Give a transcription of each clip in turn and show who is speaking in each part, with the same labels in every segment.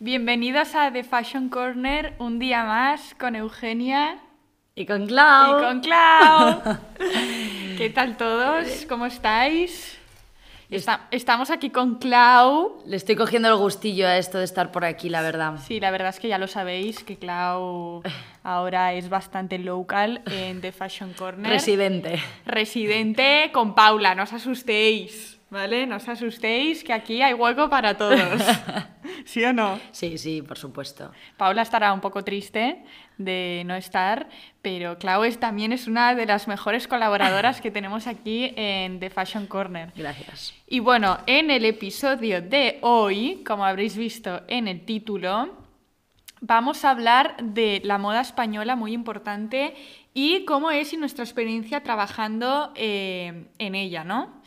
Speaker 1: Bienvenidos a The Fashion Corner, un día más con Eugenia
Speaker 2: Y con
Speaker 1: y
Speaker 2: Clau.
Speaker 1: con Clau. ¿Qué tal todos? ¿Cómo estáis? Esta- estamos aquí con Clau.
Speaker 2: Le estoy cogiendo el gustillo a esto de estar por aquí, la verdad.
Speaker 1: Sí, la verdad es que ya lo sabéis que Clau ahora es bastante local en The Fashion Corner.
Speaker 2: Residente.
Speaker 1: Residente con Paula, no os asustéis, ¿vale? No os asustéis que aquí hay hueco para todos. ¿Sí o no?
Speaker 2: Sí, sí, por supuesto.
Speaker 1: Paula estará un poco triste de no estar, pero Clau es- también es una de las mejores colaboradoras que tenemos aquí en The Fashion Corner.
Speaker 2: Gracias.
Speaker 1: Y bueno, en el episodio de hoy, como habréis visto en el título, vamos a hablar de la moda española muy importante y cómo es y nuestra experiencia trabajando eh, en ella, ¿no?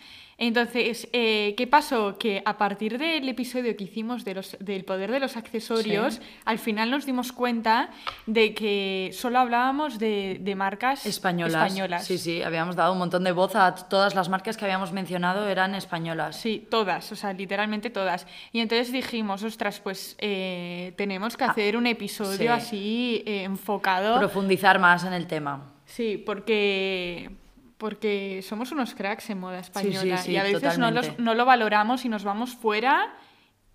Speaker 1: Entonces, eh, ¿qué pasó? Que a partir del episodio que hicimos de los- del poder de los accesorios,
Speaker 2: Sí.
Speaker 1: al final nos dimos cuenta de que solo hablábamos de, de marcas
Speaker 2: Españolas.
Speaker 1: españolas.
Speaker 2: Sí, sí, habíamos dado un montón de voz a todas las marcas que habíamos mencionado eran españolas.
Speaker 1: Sí, todas, o sea, literalmente todas. Y entonces dijimos, ostras, pues eh, tenemos que hacer un episodio
Speaker 2: Ah, sí.
Speaker 1: así eh, enfocado.
Speaker 2: Profundizar más en el tema.
Speaker 1: Sí, porque, porque somos unos cracks en moda española
Speaker 2: sí,
Speaker 1: y a veces no, los-
Speaker 2: totalmente.
Speaker 1: no lo valoramos y nos vamos fuera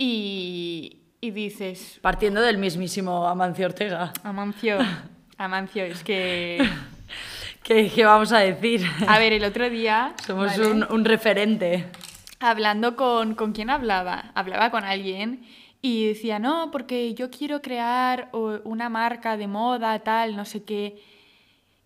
Speaker 1: y, y dices,
Speaker 2: Partiendo del mismísimo Amancio Ortega.
Speaker 1: Amancio, Amancio, es que...
Speaker 2: ¿Qué, qué vamos a decir?
Speaker 1: A ver, el otro día...
Speaker 2: Somos
Speaker 1: ¿vale?
Speaker 2: un, un referente.
Speaker 1: hablando con, ¿con quién hablaba? Hablaba con alguien y decía, no, porque yo quiero crear o- una marca de moda, tal, no sé qué.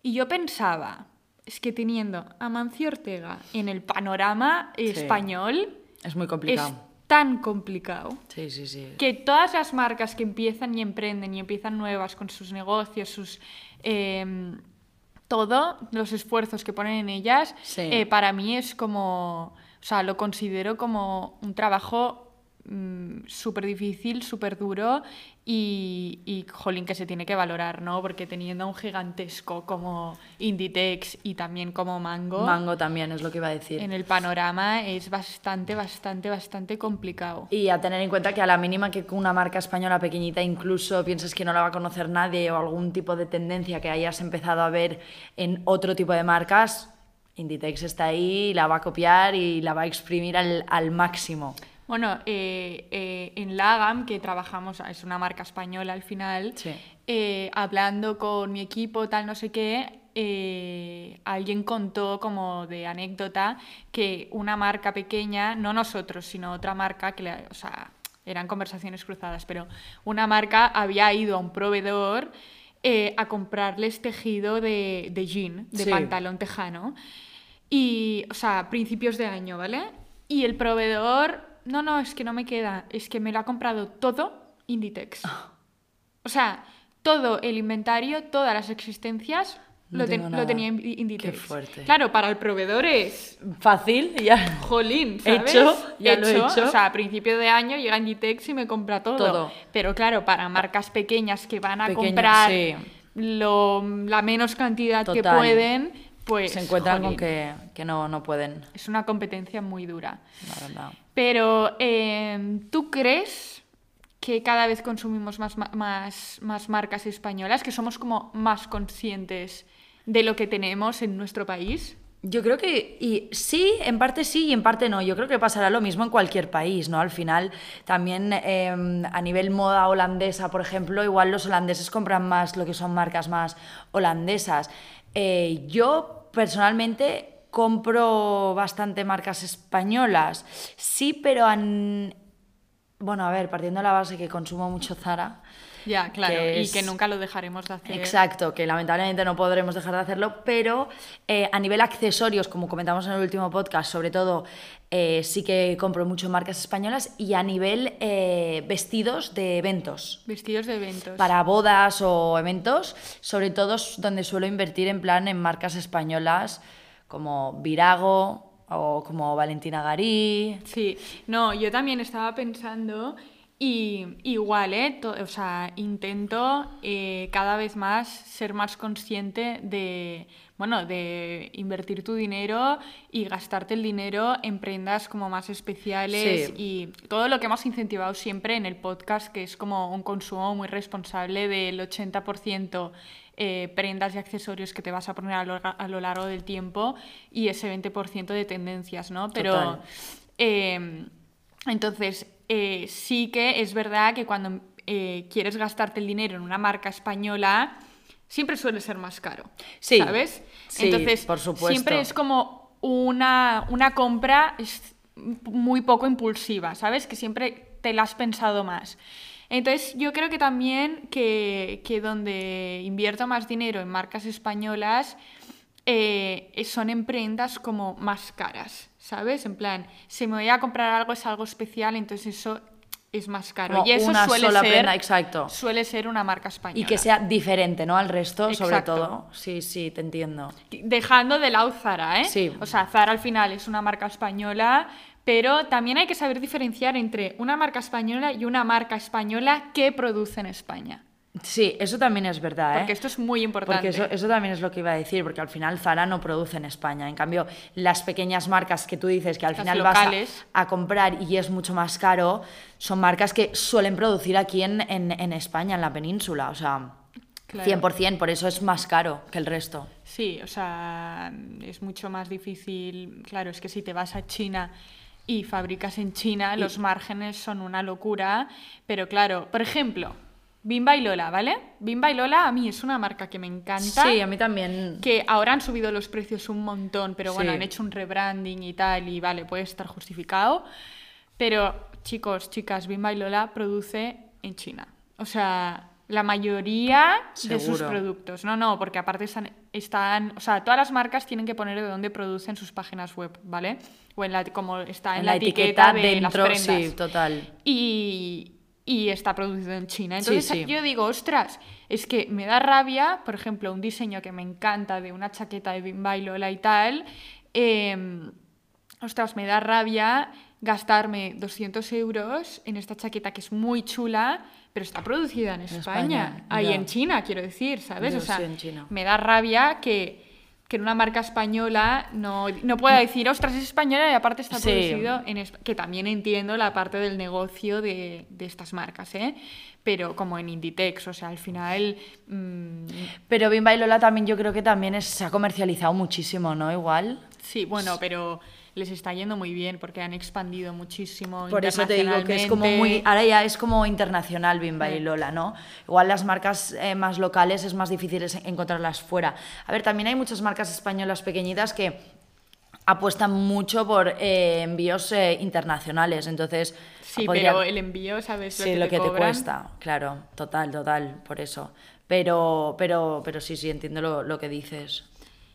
Speaker 1: Y yo pensaba, es que teniendo a Mancio Ortega en el panorama español
Speaker 2: Es muy
Speaker 1: es
Speaker 2: complicado.
Speaker 1: tan complicado
Speaker 2: Sí, sí, sí.
Speaker 1: que todas las marcas que empiezan y emprenden y empiezan nuevas con sus negocios, sus... em, todo, los esfuerzos que ponen en ellas,
Speaker 2: Sí.
Speaker 1: eh, para mí es como... O sea, lo considero como un trabajo mm, súper difícil, súper duro y, y, jolín, que se tiene que valorar, ¿no? Porque teniendo a un gigantesco como Inditex y también como Mango,
Speaker 2: Mango también es lo que iba a decir.
Speaker 1: en el panorama es bastante, bastante, bastante complicado.
Speaker 2: Y a tener en cuenta que a la mínima que una marca española pequeñita incluso pienses que no la va a conocer nadie o algún tipo de tendencia que hayas empezado a ver en otro tipo de marcas, Inditex está ahí, la va a copiar y la va a exprimir al, al máximo.
Speaker 1: Bueno, eh, eh, en Lagam, que trabajamos, es una marca española al final,
Speaker 2: Sí.
Speaker 1: eh, hablando con mi equipo, tal, no sé qué, eh, alguien contó como de anécdota que una marca pequeña, no nosotros, sino otra marca, que le- o sea, eran conversaciones cruzadas, pero una marca había ido a un proveedor eh, a comprarles tejido de, de jean, de
Speaker 2: Sí.
Speaker 1: pantalón tejano. Y, o sea, principios de año, ¿vale? Y el proveedor, no, no, es que no me queda, es que me lo ha comprado todo Inditex.
Speaker 2: Ah.
Speaker 1: O sea, todo el inventario, todas las existencias
Speaker 2: No
Speaker 1: lo, ten-
Speaker 2: tengo
Speaker 1: lo
Speaker 2: nada.
Speaker 1: tenía Indi- Inditex.
Speaker 2: Qué fuerte.
Speaker 1: Claro, para el proveedor es
Speaker 2: Fácil, y ya.
Speaker 1: jolín, ¿sabes?
Speaker 2: Hecho, ya lo he hecho.
Speaker 1: O sea, a principio de año llega Inditex y me compra todo.
Speaker 2: Todo.
Speaker 1: Pero claro, para marcas pequeñas que van a
Speaker 2: Pequeño,
Speaker 1: comprar
Speaker 2: sí.
Speaker 1: lo- la menos cantidad que
Speaker 2: Total.
Speaker 1: pueden, pues
Speaker 2: Se encuentran con
Speaker 1: jolín.
Speaker 2: que, que no, no pueden,
Speaker 1: Es una competencia muy dura.
Speaker 2: la verdad.
Speaker 1: Pero, eh, ¿tú crees que cada vez consumimos más, ma- más, más marcas españolas, que somos como más conscientes de lo que tenemos en nuestro país?
Speaker 2: Yo creo que y sí, en parte sí y en parte no. Yo creo que pasará lo mismo en cualquier país, ¿no? Al final, también eh, a nivel moda holandesa, por ejemplo, igual los holandeses compran más lo que son marcas más holandesas. Eh, yo personalmente compro bastante marcas españolas, sí, pero an- bueno, a ver, partiendo de la base que consumo mucho Zara.
Speaker 1: Ya, claro,
Speaker 2: Que
Speaker 1: y
Speaker 2: es-
Speaker 1: que nunca lo dejaremos de hacer.
Speaker 2: Exacto, que lamentablemente no podremos dejar de hacerlo, pero eh, a nivel accesorios, como comentamos en el último podcast, sobre todo eh, sí que compro mucho marcas españolas y a nivel eh, vestidos de eventos.
Speaker 1: Vestidos de eventos.
Speaker 2: Para bodas o eventos, sobre todo s- donde suelo invertir en plan en marcas españolas como Virago o como Valentina Garí.
Speaker 1: Sí, no, yo también estaba pensando Y igual, ¿eh? To- o sea, intento eh, cada vez más ser más consciente de, bueno, de invertir tu dinero y gastarte el dinero en prendas como más especiales
Speaker 2: Sí.
Speaker 1: y todo lo que hemos incentivado siempre en el podcast, que es como un consumo muy responsable del 80%. eh, prendas y accesorios que te vas a poner a lo, a lo largo del tiempo y ese 20% de tendencias, ¿no? Pero
Speaker 2: Total.
Speaker 1: eh, entonces, eh, sí que es verdad que cuando eh, quieres gastarte el dinero en una marca española, siempre suele ser más caro.
Speaker 2: Sí,
Speaker 1: ¿Sabes?
Speaker 2: sí,
Speaker 1: Entonces,
Speaker 2: por supuesto.
Speaker 1: siempre es como una, una compra es muy poco impulsiva, ¿sabes? Que siempre te la has pensado más. Entonces, yo creo que también que, que donde invierto más dinero en marcas españolas eh, son en prendas como más caras, ¿sabes? En plan, si me voy a comprar algo es algo especial, entonces eso es más caro.
Speaker 2: Como
Speaker 1: y eso
Speaker 2: una
Speaker 1: suele
Speaker 2: sola
Speaker 1: ser,
Speaker 2: prenda, exacto.
Speaker 1: Suele ser una marca española.
Speaker 2: Y que sea diferente, ¿no? Al resto, sobre
Speaker 1: Exacto.
Speaker 2: todo. Sí, sí, te entiendo.
Speaker 1: Dejando de lado Zara, ¿eh?
Speaker 2: Sí.
Speaker 1: O sea, Zara al final es una marca española, pero también hay que saber diferenciar entre una marca española y una marca española que produce en España.
Speaker 2: Sí, eso también es verdad, ¿eh?
Speaker 1: Porque esto es muy importante.
Speaker 2: Porque eso, eso también es lo que iba a decir, porque al final Zara no produce en España. En cambio, las pequeñas marcas que tú dices que al
Speaker 1: Las
Speaker 2: final
Speaker 1: locales.
Speaker 2: vas a- a, comprar y es mucho más caro, son marcas que suelen producir aquí en, en- en España, en la península. O sea,
Speaker 1: Claro.
Speaker 2: 100%, por eso es más caro que el resto.
Speaker 1: Sí, o sea, es mucho más difícil. Claro, es que si te vas a China y fabricas en China, los márgenes son una locura. Pero claro, por ejemplo, Bimba y Lola, ¿vale? Bimba y Lola a mí es una marca que me encanta.
Speaker 2: Sí, a mí también.
Speaker 1: que ahora han subido los precios un montón, pero bueno,
Speaker 2: Mm. Sí.
Speaker 1: han hecho un rebranding y tal, y vale, puede estar justificado. Pero, chicos, chicas, Bimba y Lola produce en China. O sea, la mayoría de sus
Speaker 2: Seguro.
Speaker 1: productos. No, no, porque aparte están, están. O sea, todas las marcas tienen que poner de dónde producen sus páginas web, ¿vale? O en la, como está en, la, etiqueta, de
Speaker 2: dentro,
Speaker 1: las prendas
Speaker 2: sí, total.
Speaker 1: y, y está producido en China.
Speaker 2: Sí,
Speaker 1: Entonces
Speaker 2: sí.
Speaker 1: yo digo, ostras, es que me da rabia, por ejemplo, un diseño que me encanta de una chaqueta de Bimba y Lola y tal, eh, ostras, me da rabia gastarme 200 euros en esta chaqueta que es muy chula, pero está producida en España,
Speaker 2: España,
Speaker 1: ahí
Speaker 2: ya.
Speaker 1: en China, quiero decir, ¿sabes?
Speaker 2: Yo
Speaker 1: o sea,
Speaker 2: sí, en China.
Speaker 1: me da rabia que que en una marca española no, no pueda decir, ostras, es española y aparte está
Speaker 2: Sí.
Speaker 1: producido en Espa- que también entiendo la parte del negocio de, de estas marcas, ¿eh? Pero como en Inditex, o sea, al final... mm,
Speaker 2: Pero Bimba y Lola también yo creo que también es- se ha comercializado muchísimo, ¿no? Igual.
Speaker 1: sí, bueno, pero les está yendo muy bien porque han expandido muchísimo
Speaker 2: Por eso te digo que es como muy...
Speaker 1: internacionalmente.
Speaker 2: Ahora ya es como internacional Bimba y
Speaker 1: Mm.
Speaker 2: Lola, ¿no? Igual las marcas eh, más locales es más difícil es- encontrarlas fuera. A ver, también hay muchas marcas españolas pequeñitas que apuestan mucho por eh, envíos eh, internacionales, entonces...
Speaker 1: Sí,
Speaker 2: podría-
Speaker 1: pero el envío, ¿sabes?
Speaker 2: Sí, lo que te,
Speaker 1: cobran?
Speaker 2: cuesta, claro, total, total, por eso. Pero, pero, pero sí, sí, entiendo lo, lo que dices.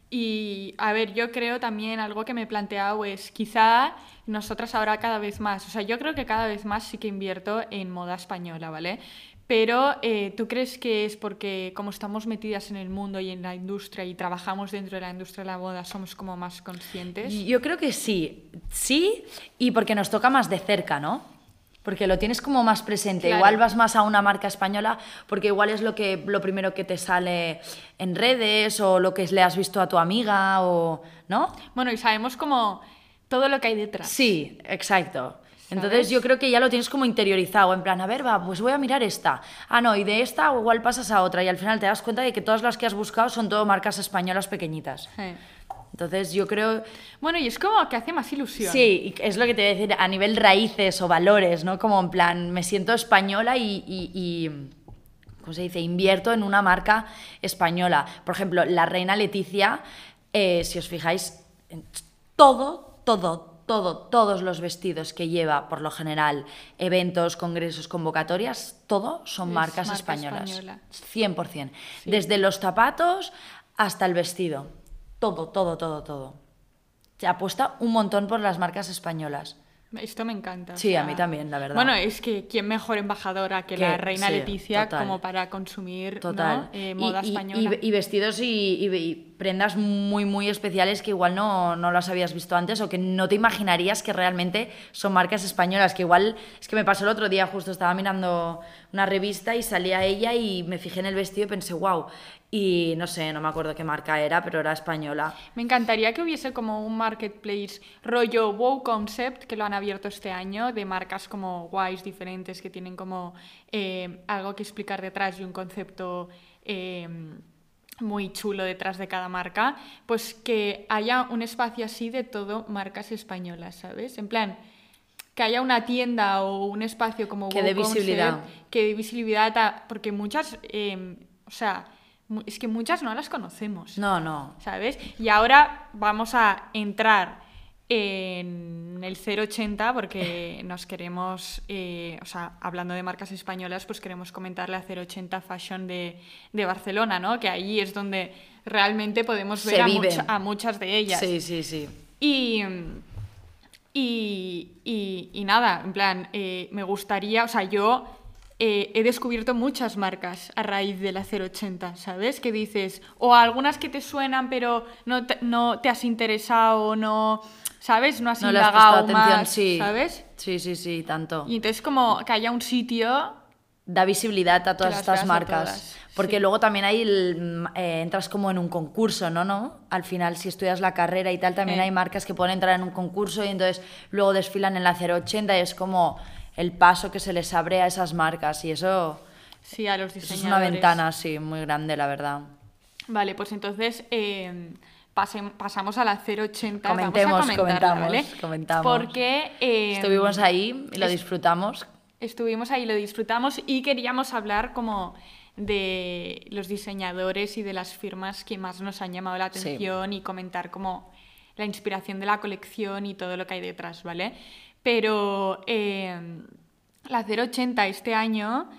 Speaker 1: Y a ver, yo creo también algo que me he planteado es quizá nosotras ahora cada vez más, o sea, yo creo que cada vez más sí que invierto en moda española, ¿vale? Pero eh, ¿tú crees que es porque como estamos metidas en el mundo y en la industria y trabajamos dentro de la industria de la moda, somos como más conscientes?
Speaker 2: Yo creo que sí, sí, y porque nos toca más de cerca, ¿no? Porque lo tienes como más presente.
Speaker 1: Claro.
Speaker 2: Igual vas más a una marca española porque igual es lo, que, lo primero que te sale en redes o lo que le has visto a tu amiga o... ¿No?
Speaker 1: Bueno, y sabemos como todo lo que hay detrás.
Speaker 2: Sí, exacto.
Speaker 1: ¿Sabes?
Speaker 2: Entonces yo creo que ya lo tienes como interiorizado, en plan, a ver, va, pues voy a mirar esta. Ah, no, y de esta igual pasas a otra y al final te das cuenta de que todas las que has buscado son todo marcas españolas pequeñitas.
Speaker 1: Eh.
Speaker 2: Entonces yo creo...
Speaker 1: Bueno, y es como que hace más ilusión.
Speaker 2: Sí, y es lo que te voy a decir a nivel raíces o valores, ¿no? Como en plan, me siento española y, y- y, ¿cómo se dice? Invierto en una marca española. Por ejemplo, la reina Leticia, eh, si os fijáis, en todo, todo, todo, todos los vestidos que lleva, por lo general, eventos, congresos, convocatorias, todo son
Speaker 1: Es
Speaker 2: marcas
Speaker 1: marca
Speaker 2: españolas.
Speaker 1: española.
Speaker 2: 100%. Desde los zapatos hasta el vestido. Todo, todo, todo, todo se apuesta un montón por las marcas españolas.
Speaker 1: Esto me encanta.
Speaker 2: Sí, a mí también, la verdad.
Speaker 1: Bueno, es que quién mejor embajadora que,
Speaker 2: Que-
Speaker 1: la reina
Speaker 2: sí,
Speaker 1: Leticia
Speaker 2: total.
Speaker 1: como para consumir ¿no?
Speaker 2: Total.
Speaker 1: Eh,
Speaker 2: Y-
Speaker 1: moda
Speaker 2: y, y-
Speaker 1: española.
Speaker 2: y vestidos y, y- y prendas muy, muy especiales que igual no, no las habías visto antes o que no te imaginarías que realmente son marcas españolas. Que igual, es que me pasó el otro día, justo estaba mirando una revista y salía ella y me fijé en el vestido y pensé, wow. Y no sé, no me acuerdo qué marca era, pero era española.
Speaker 1: Me encantaría que hubiese como un marketplace rollo wow concept que lo han abierto este año de marcas como guays diferentes que tienen como eh, algo que explicar detrás y un concepto eh, muy chulo detrás de cada marca. Pues que haya un espacio así de todo marcas españolas, ¿sabes? En plan, que haya una tienda o un espacio como
Speaker 2: Que dé
Speaker 1: Wow Concept,
Speaker 2: visibilidad.
Speaker 1: que dé visibilidad a- porque muchas eh, o sea mu- es que muchas no las conocemos
Speaker 2: No, no.
Speaker 1: sabes y ahora vamos a entrar en el 080 porque nos queremos eh, o sea hablando de marcas españolas pues queremos comentar la 080 fashion de, de Barcelona no que ahí es donde realmente podemos
Speaker 2: Se
Speaker 1: ver a,
Speaker 2: vive.
Speaker 1: mucha- a muchas de ellas
Speaker 2: Sí, sí, sí.
Speaker 1: y, y, y- y nada, en plan, eh, me gustaría, o sea, yo eh, he descubierto muchas marcas a raíz de la 080, ¿sabes? Que dices, o algunas que te suenan, pero no te, no te has interesado, no, ¿sabes? No has
Speaker 2: No le has prestado
Speaker 1: indagado
Speaker 2: atención,
Speaker 1: más,
Speaker 2: sí.
Speaker 1: ¿sabes?
Speaker 2: Sí, sí, sí, tanto.
Speaker 1: Y entonces como que haya un sitio...
Speaker 2: da visibilidad a todas
Speaker 1: las
Speaker 2: estas
Speaker 1: veas a
Speaker 2: marcas.
Speaker 1: todas,
Speaker 2: Porque
Speaker 1: sí.
Speaker 2: luego también ahí el, mm, eh, entras como en un concurso, ¿no? ¿no? Al final, si estudias la carrera y tal, también
Speaker 1: Eh.
Speaker 2: hay marcas que pueden entrar en un concurso y entonces luego desfilan en la 080 y es como el paso que se les abre a esas marcas y eso,
Speaker 1: Sí, a los
Speaker 2: eso es una
Speaker 1: diseñadores.
Speaker 2: ventana así muy grande, la verdad.
Speaker 1: Vale, pues entonces eh, pasem- pasamos a la 080.
Speaker 2: Comentemos,
Speaker 1: Vamos a comentarla,
Speaker 2: comentamos,
Speaker 1: ¿vale?
Speaker 2: comentamos.
Speaker 1: Porque... eh,
Speaker 2: Estuvimos ahí y lo
Speaker 1: es-
Speaker 2: disfrutamos.
Speaker 1: Estuvimos ahí, lo disfrutamos y queríamos hablar como de los diseñadores y de las firmas que más nos han llamado la
Speaker 2: Sí.
Speaker 1: atención y comentar como la inspiración de la colección y todo lo que hay detrás, ¿vale? Pero eh, la 080 este año,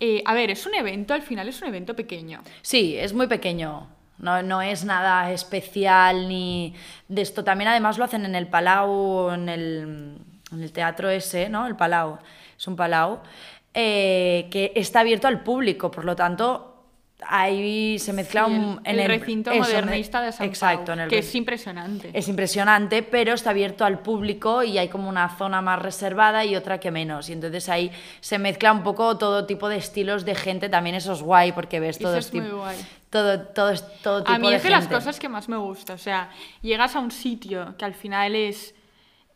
Speaker 1: eh, a ver, es un evento, al final es un evento pequeño.
Speaker 2: Sí, es muy pequeño. No, no es nada especial ni de esto. También además lo hacen en el Palau, en el, en el teatro ese, ¿no? El Palau. Es un Palau eh, que está abierto al público, por lo tanto ahí se mezcla
Speaker 1: Sí, el,
Speaker 2: un-
Speaker 1: el recinto
Speaker 2: eso,
Speaker 1: modernista de San
Speaker 2: Exacto,
Speaker 1: Pau,
Speaker 2: en el
Speaker 1: que
Speaker 2: re-
Speaker 1: es impresionante.
Speaker 2: es impresionante, pero está abierto al público y hay como una zona más reservada y otra que menos. Y entonces ahí se mezcla un poco todo tipo de estilos de gente. También eso es guay porque ves
Speaker 1: Eso
Speaker 2: todo
Speaker 1: es muy
Speaker 2: tip-
Speaker 1: guay.
Speaker 2: Todo, todo, todo tipo
Speaker 1: A mí
Speaker 2: de
Speaker 1: es de las
Speaker 2: gente.
Speaker 1: cosas que más me gusta. O sea, llegas a un sitio que al final es.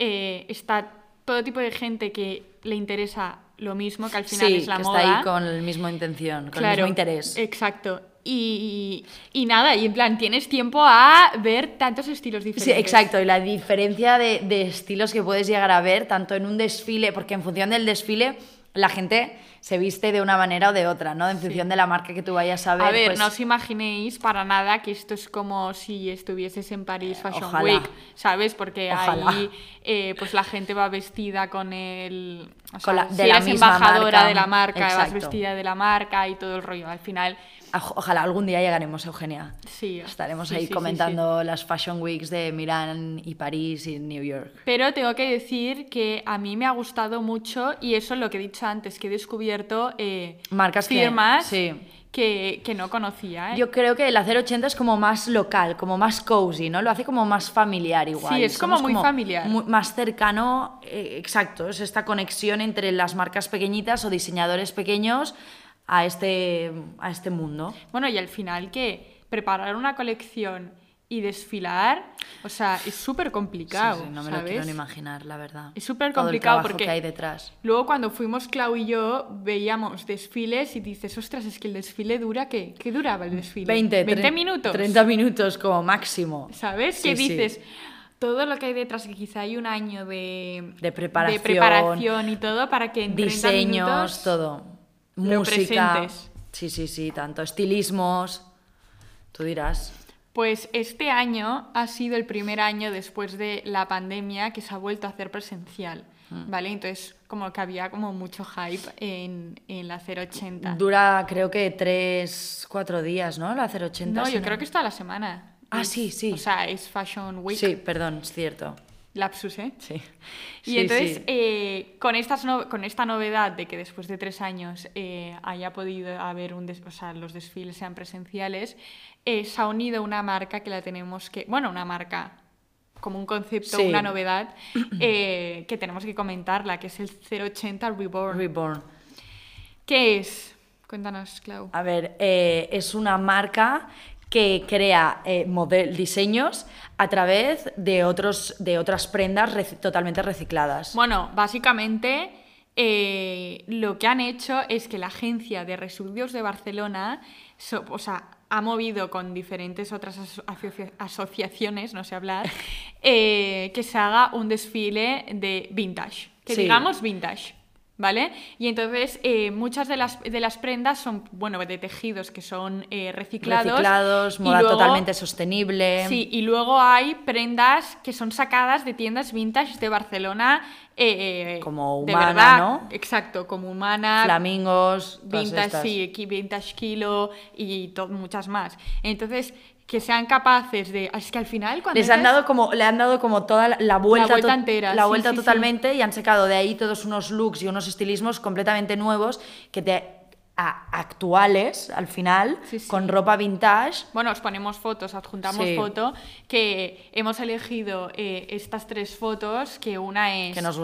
Speaker 1: eh, está todo tipo de gente que le interesa lo mismo, que al final
Speaker 2: sí,
Speaker 1: es la
Speaker 2: que
Speaker 1: moda.
Speaker 2: está ahí con el mismo intención, con el mismo interés.
Speaker 1: Exacto. Y, y nada, y en plan, tienes tiempo a ver tantos estilos
Speaker 2: Sí,
Speaker 1: diferentes.
Speaker 2: exacto, y la diferencia de, de estilos que puedes llegar a ver, tanto en un desfile, porque en función del desfile la gente se viste de una manera o de otra, ¿no? En función de la marca que tú vayas a ver.
Speaker 1: A ver,
Speaker 2: pues-
Speaker 1: no os imaginéis para nada que esto es como si estuvieses en París Fashion
Speaker 2: Eh, ojalá.
Speaker 1: Week, ¿sabes? Porque
Speaker 2: Ojalá.
Speaker 1: ahí eh, pues la gente va vestida con el... o
Speaker 2: Con la-
Speaker 1: sea,
Speaker 2: de
Speaker 1: si
Speaker 2: la
Speaker 1: eres
Speaker 2: misma
Speaker 1: embajadora
Speaker 2: marca,
Speaker 1: de la marca, vas
Speaker 2: exacto.
Speaker 1: vestida de la marca y todo el rollo. Al final,
Speaker 2: Aj- Ojalá algún día llegaremos, Eugenia.
Speaker 1: sí.
Speaker 2: Estaremos
Speaker 1: sí,
Speaker 2: ahí
Speaker 1: sí, sí,
Speaker 2: comentando las Fashion Weeks de Milán y París y New York.
Speaker 1: sí. Pero tengo que decir que a mí me ha gustado mucho y eso es lo que he dicho antes, que he descubierto eh,
Speaker 2: Marcas que-
Speaker 1: firmas
Speaker 2: sí.
Speaker 1: que, que no conocía. ¿eh?
Speaker 2: Yo creo que el hacer 80 es como más local, como más cozy, ¿no? Lo hace como más familiar igual.
Speaker 1: Sí, es como
Speaker 2: Somos
Speaker 1: muy familiar.
Speaker 2: mu- más cercano, eh, exacto. Es esta conexión entre las marcas pequeñitas o diseñadores pequeños a este, a este mundo.
Speaker 1: Bueno, y al final que preparar una colección y desfilar, o sea, es súper complicado.
Speaker 2: Sí, sí, no me lo
Speaker 1: ¿sabes?
Speaker 2: quiero ni imaginar, la verdad.
Speaker 1: Es súper
Speaker 2: Todo el
Speaker 1: complicado
Speaker 2: trabajo
Speaker 1: porque-
Speaker 2: que hay detrás.
Speaker 1: Luego cuando fuimos Clau y yo veíamos desfiles y dices, ostras, es que el desfile dura qué? ¿Qué duraba el desfile?
Speaker 2: 20,
Speaker 1: 20
Speaker 2: tre-
Speaker 1: minutos.
Speaker 2: 30 minutos como máximo.
Speaker 1: ¿Sabes?
Speaker 2: Sí,
Speaker 1: que
Speaker 2: sí.
Speaker 1: dices, todo lo que hay detrás, que quizá hay un año de,
Speaker 2: De preparación,
Speaker 1: preparación y todo para que en 30
Speaker 2: diseños,
Speaker 1: minutos-
Speaker 2: todo.
Speaker 1: lo
Speaker 2: Música.
Speaker 1: presentes.
Speaker 2: Sí, sí, sí, tanto estilismos. Tú dirás.
Speaker 1: Pues este año ha sido el primer año después de la pandemia que se ha vuelto a hacer presencial,
Speaker 2: Ah.
Speaker 1: ¿vale? Entonces, como que había como mucho hype en, en la 080.
Speaker 2: Dura creo que tres, cuatro días, ¿no? La 080.
Speaker 1: no,
Speaker 2: si
Speaker 1: yo creo que es toda la semana.
Speaker 2: Ah,
Speaker 1: Es-
Speaker 2: sí, sí.
Speaker 1: O sea, es Fashion Week.
Speaker 2: Sí, perdón, es cierto.
Speaker 1: Lapsus, ¿eh?
Speaker 2: Sí.
Speaker 1: Y
Speaker 2: Sí,
Speaker 1: entonces,
Speaker 2: sí.
Speaker 1: eh, con, estas no- con esta novedad de que después de tres años eh, haya podido haber un... des- o sea, los desfiles sean presenciales, eh, se ha unido una marca que la tenemos que... Bueno, una marca como un concepto,
Speaker 2: Sí.
Speaker 1: una novedad, eh, que tenemos que comentarla, que es el 080 Reborn.
Speaker 2: Reborn.
Speaker 1: ¿Qué es? Cuéntanos, Clau.
Speaker 2: A ver, eh, es una marca que crea eh, model- diseños a través de, otros, de otras prendas reci- totalmente recicladas.
Speaker 1: Bueno, básicamente eh, lo que han hecho es que la agencia de residuos de Barcelona, so- o sea, ha movido con diferentes otras aso- asocia- asociaciones, no sé hablar, eh, que se haga un desfile de vintage, que
Speaker 2: Sí.
Speaker 1: digamos vintage. ¿Vale? Y entonces eh, muchas de las, de las prendas son, bueno, de tejidos que son eh, reciclados.
Speaker 2: reciclados,
Speaker 1: y
Speaker 2: moda
Speaker 1: luego-
Speaker 2: totalmente sostenible.
Speaker 1: Sí, y luego hay prendas que son sacadas de tiendas vintage de Barcelona. eh, eh,
Speaker 2: Como
Speaker 1: de
Speaker 2: Humana,
Speaker 1: verdad,
Speaker 2: ¿no?
Speaker 1: Exacto, como humana.
Speaker 2: Flamingos, todas
Speaker 1: Ah, Vintage,
Speaker 2: estas.
Speaker 1: sí, Ki- Vintage Kilo y to- muchas más. Entonces, que sean capaces de. Es que al final, cuando.
Speaker 2: Les han
Speaker 1: entras-
Speaker 2: dado como, le han dado como toda la- la vuelta,
Speaker 1: vuelta
Speaker 2: to-
Speaker 1: entera,
Speaker 2: la
Speaker 1: sí,
Speaker 2: vuelta
Speaker 1: sí, sí.
Speaker 2: totalmente y han sacado de ahí todos unos looks y unos estilismos completamente nuevos que te a- actuales al final
Speaker 1: Sí, sí.
Speaker 2: con ropa vintage
Speaker 1: Bueno, os ponemos fotos, adjuntamos
Speaker 2: Sí.
Speaker 1: foto, que hemos elegido eh, estas tres fotos, que una es.
Speaker 2: que nos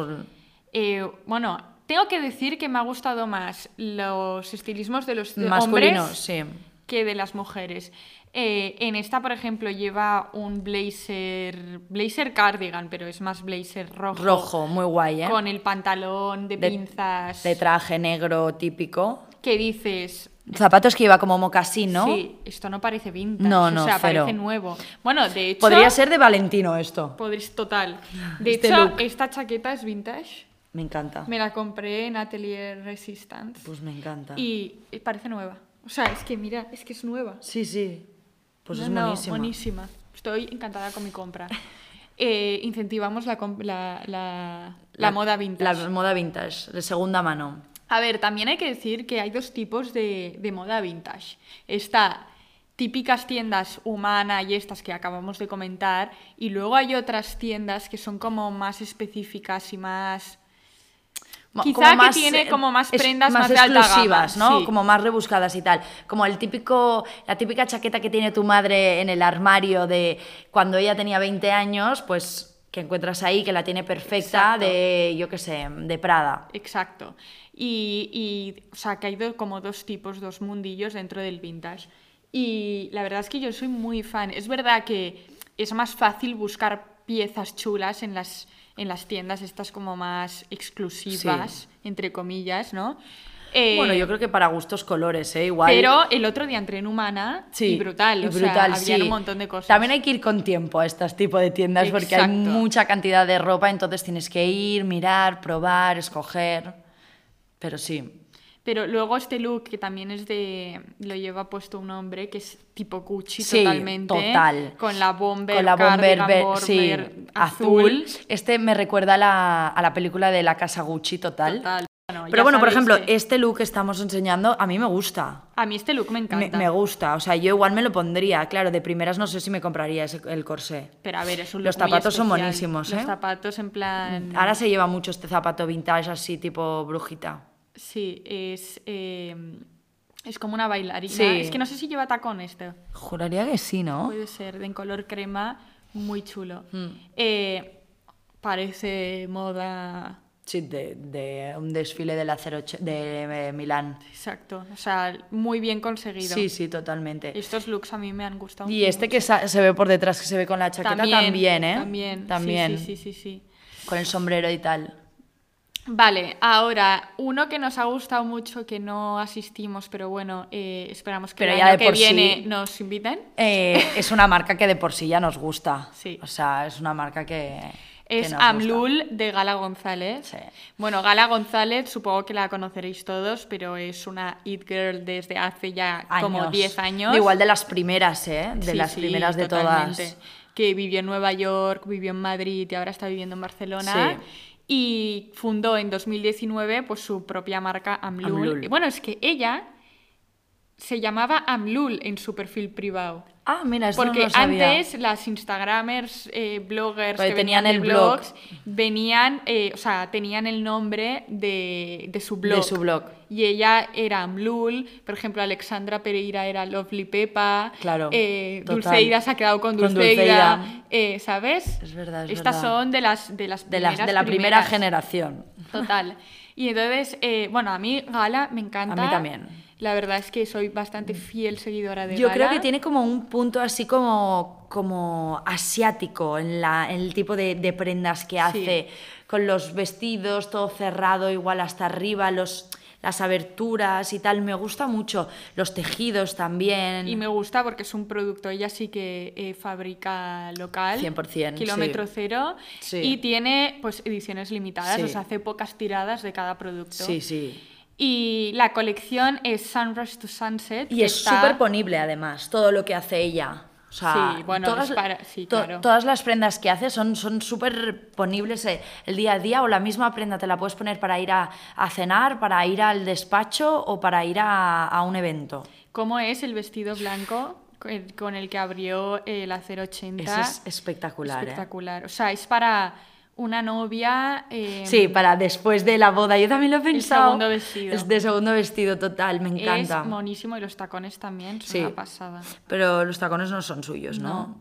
Speaker 1: Eh, bueno, tengo que decir que me ha gustado más los estilismos de los de
Speaker 2: masculinos,
Speaker 1: hombres
Speaker 2: sí.
Speaker 1: que de las mujeres. Eh, en esta, por ejemplo, lleva un blazer, blazer cardigan, pero es más blazer rojo.
Speaker 2: Rojo, muy guay, ¿eh?
Speaker 1: Con el pantalón de,
Speaker 2: De-
Speaker 1: pinzas.
Speaker 2: de traje negro típico.
Speaker 1: que dices,
Speaker 2: Zapatos que lleva como mocasín, ¿no?
Speaker 1: sí, esto no parece vintage,
Speaker 2: No, no,
Speaker 1: o sea,
Speaker 2: cero.
Speaker 1: parece nuevo. Bueno, de hecho,
Speaker 2: Podría ser de Valentino esto.
Speaker 1: podrías- total. De
Speaker 2: Este
Speaker 1: hecho,
Speaker 2: look.
Speaker 1: esta chaqueta es vintage.
Speaker 2: Me encanta.
Speaker 1: Me la compré en Atelier Resistance.
Speaker 2: Pues me encanta.
Speaker 1: Y y parece nueva. O sea, es que mira, es que es nueva.
Speaker 2: Sí, sí. Pues
Speaker 1: No,
Speaker 2: es
Speaker 1: no,
Speaker 2: buenísimo.
Speaker 1: buenísima. Estoy encantada con mi compra. Eh, incentivamos la, com- la, la- la moda vintage.
Speaker 2: La moda vintage, de segunda mano.
Speaker 1: A ver, también hay que decir que hay dos tipos de, de moda vintage. Está típicas tiendas humana y estas que acabamos de comentar, y luego hay otras tiendas que son como más específicas y más...
Speaker 2: Mo-
Speaker 1: Quizá que tiene
Speaker 2: eh,
Speaker 1: como más
Speaker 2: es-
Speaker 1: prendas más de alta
Speaker 2: exclusivas,
Speaker 1: gama,
Speaker 2: ¿no?
Speaker 1: sí.
Speaker 2: Como más rebuscadas y tal. Como el típico, la típica chaqueta que tiene tu madre en el armario de cuando ella tenía 20 años, pues que encuentras ahí que la tiene perfecta
Speaker 1: Exacto.
Speaker 2: de, yo qué sé, de Prada.
Speaker 1: Exacto. Y, y, o sea, que hay do- como dos tipos, dos mundillos dentro del vintage. Y la verdad es que yo soy muy fan. Es verdad que es más fácil buscar piezas chulas en las, en las tiendas estas como más exclusivas, entre comillas, ¿no? Eh,
Speaker 2: bueno, yo creo que para gustos colores, ¿eh? Igual.
Speaker 1: Pero el otro día entré en Humana y brutal,
Speaker 2: y
Speaker 1: o sea,
Speaker 2: brutal,
Speaker 1: había
Speaker 2: sí.
Speaker 1: un montón de cosas.
Speaker 2: También hay que ir con tiempo a estos tipos de tiendas porque hay
Speaker 1: Exacto.
Speaker 2: mucha cantidad de ropa, entonces tienes que ir, mirar, probar, escoger. Pero sí.
Speaker 1: Pero luego este look, que también es de. lo lleva puesto un hombre, que es tipo Gucci
Speaker 2: Sí,
Speaker 1: totalmente.
Speaker 2: total.
Speaker 1: Con la bomber,
Speaker 2: con la bomber,
Speaker 1: cardigan
Speaker 2: ver-
Speaker 1: bomber
Speaker 2: sí, azul.
Speaker 1: azul.
Speaker 2: Este me recuerda a la, a la película de la casa Gucci total.
Speaker 1: Total. Bueno,
Speaker 2: Pero
Speaker 1: ya
Speaker 2: bueno, por
Speaker 1: sabéis
Speaker 2: ejemplo,
Speaker 1: que-
Speaker 2: este look que estamos enseñando a mí me gusta.
Speaker 1: A mí este look me
Speaker 2: Me,
Speaker 1: encanta.
Speaker 2: me gusta, o sea, yo igual me lo pondría, claro, de primeras no sé si me compraría ese- el corsé.
Speaker 1: Pero a ver, es un look
Speaker 2: Los
Speaker 1: muy
Speaker 2: zapatos son
Speaker 1: especial.
Speaker 2: buenísimos, ¿eh?
Speaker 1: Los zapatos en plan.
Speaker 2: Ahora se lleva mucho este zapato vintage así tipo brujita.
Speaker 1: Sí, es. eh, es como una bailarina.
Speaker 2: Sí.
Speaker 1: Es que no sé si lleva tacón este.
Speaker 2: Juraría que sí, ¿no? Mm.
Speaker 1: Puede ser, de en color crema, muy chulo. Eh, parece moda.
Speaker 2: Sí, de, de un desfile de la 08 de eh, Milán.
Speaker 1: Exacto. O sea, muy bien conseguido.
Speaker 2: Sí, sí, totalmente.
Speaker 1: Estos looks a mí me han gustado.
Speaker 2: Y este que sa- se ve por detrás, que se ve con la chaqueta también, ¿eh?
Speaker 1: También. sí,
Speaker 2: También.
Speaker 1: Sí, sí, sí, sí.
Speaker 2: Con el sombrero y tal.
Speaker 1: Vale, ahora, uno que nos ha gustado mucho, que no asistimos, pero bueno, eh, esperamos que
Speaker 2: Pero
Speaker 1: el
Speaker 2: ya
Speaker 1: año
Speaker 2: de
Speaker 1: que
Speaker 2: por sí-
Speaker 1: viene nos inviten.
Speaker 2: Eh, es una marca que de por sí ya nos gusta.
Speaker 1: Sí.
Speaker 2: O sea, es una marca que. que
Speaker 1: Es
Speaker 2: nos gusta.
Speaker 1: Amlul de Gala González.
Speaker 2: Sí.
Speaker 1: Bueno, Gala González supongo que la conoceréis todos, pero es una It Girl desde hace ya como
Speaker 2: Años.
Speaker 1: 10 años.
Speaker 2: Igual de las primeras, ¿eh? De
Speaker 1: Sí,
Speaker 2: las
Speaker 1: sí,
Speaker 2: primeras de
Speaker 1: totalmente.
Speaker 2: todas.
Speaker 1: Que vivió en Nueva York, vivió en Madrid y ahora está viviendo en Barcelona. Y fundó en 2019 pues, su propia marca Amlul.
Speaker 2: Amlul.
Speaker 1: Y Bueno, es que ella se llamaba Amlul en su perfil privado.
Speaker 2: Ah, mira, esto
Speaker 1: Porque
Speaker 2: no lo sabía.
Speaker 1: antes las Instagramers, eh, bloggers
Speaker 2: Vale,
Speaker 1: que
Speaker 2: tenían
Speaker 1: venían de
Speaker 2: el blog.
Speaker 1: blogs, venían, eh, o sea, tenían el nombre de, de su
Speaker 2: De
Speaker 1: blog.
Speaker 2: su blog.
Speaker 1: Y ella era Amlul, por ejemplo, Alexandra Pereira era Lovely Pepa,
Speaker 2: Claro,
Speaker 1: eh,
Speaker 2: total.
Speaker 1: Dulceida se ha quedado con
Speaker 2: Con
Speaker 1: Dulceida,
Speaker 2: Dulceida.
Speaker 1: eh, ¿sabes?
Speaker 2: Es verdad, es
Speaker 1: Estas
Speaker 2: verdad.
Speaker 1: son de las de las
Speaker 2: de, las-
Speaker 1: primeras
Speaker 2: de la primera
Speaker 1: primeras.
Speaker 2: generación.
Speaker 1: Total. Y entonces, eh, bueno, a mí Gala me encanta.
Speaker 2: A mí también.
Speaker 1: La verdad es que soy bastante fiel seguidora de
Speaker 2: Yo
Speaker 1: Gala.
Speaker 2: creo que tiene como un punto así como, como asiático en, la, en el tipo de, de prendas que hace, con los vestidos, todo cerrado, igual hasta arriba, los, las aberturas y tal. Me gusta mucho los tejidos también.
Speaker 1: Y me gusta porque es un producto, ella sí que eh, fabrica local.
Speaker 2: 100%,
Speaker 1: Kilómetro
Speaker 2: sí.
Speaker 1: cero.
Speaker 2: Sí.
Speaker 1: Y tiene pues ediciones limitadas,
Speaker 2: Sí.
Speaker 1: o sea, hace pocas tiradas de cada producto.
Speaker 2: Sí, sí.
Speaker 1: Y la colección es Sunrise to Sunset.
Speaker 2: Y
Speaker 1: que
Speaker 2: es
Speaker 1: está-
Speaker 2: súper ponible además, todo lo que hace ella. O sea,
Speaker 1: Sí, bueno, es para- sí, claro.
Speaker 2: todas las prendas que hace son son súper ponibles eh, el día a día o la misma prenda te la puedes poner para ir a, a cenar, para ir al despacho o para ir a, a un evento.
Speaker 1: ¿Cómo es el vestido blanco con el- con el que abrió eh, el Acero 80?
Speaker 2: Eso es espectacular. ¿eh?
Speaker 1: Espectacular. O sea, es para una novia. eh,
Speaker 2: Sí, para después de la boda. Yo también lo he pensado.
Speaker 1: segundo vestido.
Speaker 2: Es de segundo vestido total, me encanta.
Speaker 1: Es monísimo y los tacones también son
Speaker 2: Sí.
Speaker 1: una pasada.
Speaker 2: Pero los tacones no son suyos, ¿no?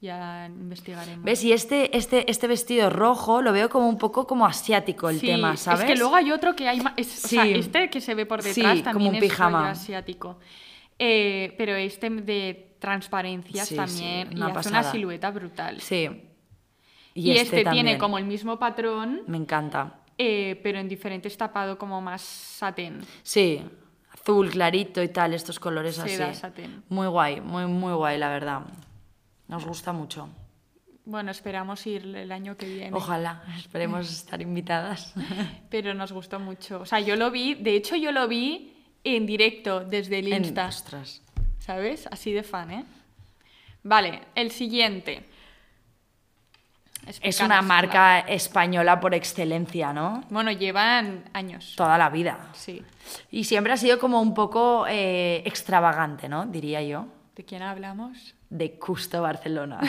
Speaker 1: Ya investigaremos.
Speaker 2: ¿Ves? Y este, este, este vestido rojo lo veo como un poco como asiático el
Speaker 1: Sí,
Speaker 2: tema, ¿sabes?
Speaker 1: Es que luego hay otro que hay más. O sea,
Speaker 2: Sí.
Speaker 1: este que se ve por
Speaker 2: Sí,
Speaker 1: detrás también
Speaker 2: como un
Speaker 1: es
Speaker 2: pijama.
Speaker 1: rollo asiático. Eh, pero este de transparencias
Speaker 2: Sí, sí,
Speaker 1: también. y
Speaker 2: una
Speaker 1: hace una
Speaker 2: pasada.
Speaker 1: silueta brutal.
Speaker 2: Sí.
Speaker 1: Y, este, tiene
Speaker 2: también.
Speaker 1: como el mismo patrón,
Speaker 2: Me encanta.
Speaker 1: eh, pero en diferentes tapado como más satén.
Speaker 2: Sí. Azul, clarito y tal, estos colores
Speaker 1: Seda,
Speaker 2: así.
Speaker 1: satén.
Speaker 2: Muy guay, muy, muy guay, la verdad. Nos gusta mucho.
Speaker 1: Bueno, esperamos ir el año que viene.
Speaker 2: Ojalá, esperemos estar invitadas.
Speaker 1: Pero nos gustó mucho. O sea, yo lo vi, de hecho yo lo vi en directo desde el
Speaker 2: En-
Speaker 1: Insta,
Speaker 2: ostras.
Speaker 1: ¿sabes? Así de fan, ¿eh? Vale, el siguiente.
Speaker 2: Es
Speaker 1: Explícanos,
Speaker 2: una
Speaker 1: Carla.
Speaker 2: marca española por excelencia, ¿no?
Speaker 1: Bueno, llevan años.
Speaker 2: Toda la vida.
Speaker 1: Sí.
Speaker 2: Y siempre ha sido como un poco eh, extravagante, ¿no? Diría yo.
Speaker 1: ¿De quién hablamos?
Speaker 2: De Custo Barcelona.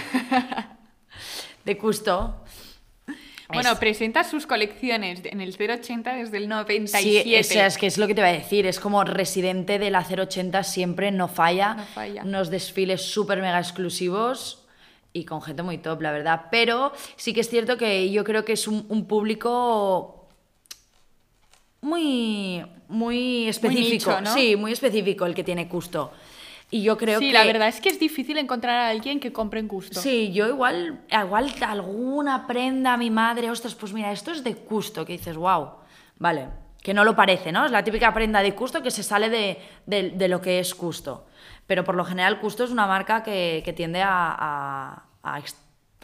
Speaker 2: de Custo.
Speaker 1: Bueno, presenta sus colecciones de- en el 080 desde el 97.
Speaker 2: Sí, o sea, es que es lo que te iba a decir, es como residente de la 080 siempre, no falla,
Speaker 1: No falla.
Speaker 2: unos desfiles súper mega exclusivos y con gente muy top, la verdad, pero sí que es cierto que yo creo que es un, un público muy, muy específico,
Speaker 1: nicho, ¿no?
Speaker 2: sí, muy específico el que tiene Custo. Y yo creo
Speaker 1: Sí,
Speaker 2: que...
Speaker 1: la verdad es que es difícil encontrar a alguien que compre en gusto.
Speaker 2: Sí, yo igual, igual alguna prenda a mi madre, ostras, pues mira, esto es de gusto, que dices, wow, vale, que no lo parece, ¿no? Es la típica prenda de gusto que se sale de, de- de lo que es gusto. Pero por lo general, gusto es una marca que, que tiende a, a- a ex-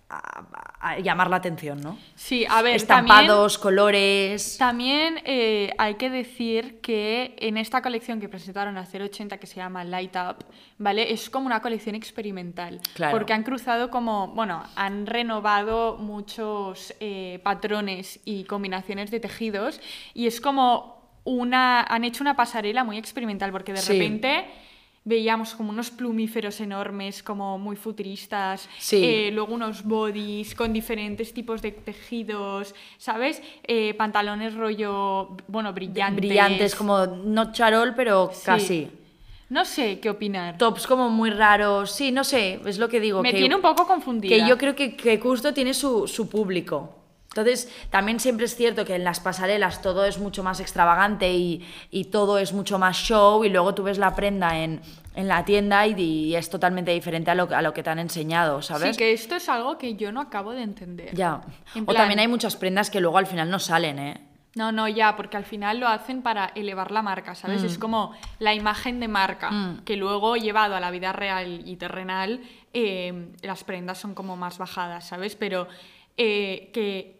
Speaker 2: a- a llamar la atención, ¿no?
Speaker 1: Sí, a ver, también...
Speaker 2: Estampados, colores.
Speaker 1: También eh, hay que decir que en esta colección que presentaron a 080, que se llama Light Up, ¿vale? Es como una colección experimental.
Speaker 2: Claro.
Speaker 1: Porque han cruzado como, bueno, han renovado muchos eh, patrones y combinaciones de tejidos y es como una, han hecho una pasarela muy experimental porque de
Speaker 2: Sí.
Speaker 1: repente... Veíamos como unos plumíferos enormes, como muy futuristas,
Speaker 2: Sí.
Speaker 1: eh, luego unos bodies con diferentes tipos de tejidos, ¿sabes? Eh, pantalones rollo, bueno, brillantes.
Speaker 2: Brillantes, como no charol, pero
Speaker 1: Sí.
Speaker 2: casi.
Speaker 1: No sé qué opinar.
Speaker 2: Tops como muy raros. Sí, no sé, es lo que digo.
Speaker 1: Me
Speaker 2: que-
Speaker 1: tiene un poco confundida.
Speaker 2: Que yo creo que, que Custo tiene su, su público. Entonces, también siempre es cierto que en las pasarelas todo es mucho más extravagante y, y todo es mucho más show y luego tú ves la prenda en, en la tienda y, y es totalmente diferente a lo, a lo que te han enseñado, ¿sabes?
Speaker 1: Sí, que esto es algo que yo no acabo de entender.
Speaker 2: Ya.
Speaker 1: En
Speaker 2: O
Speaker 1: plan-
Speaker 2: también hay muchas prendas que luego al final no salen, ¿eh?
Speaker 1: No, no, ya, porque al final lo hacen para elevar la marca, ¿sabes?
Speaker 2: Mm.
Speaker 1: Es como la imagen de marca, que luego llevado a la vida real y terrenal, eh, las prendas son como más bajadas, ¿sabes? Pero eh, que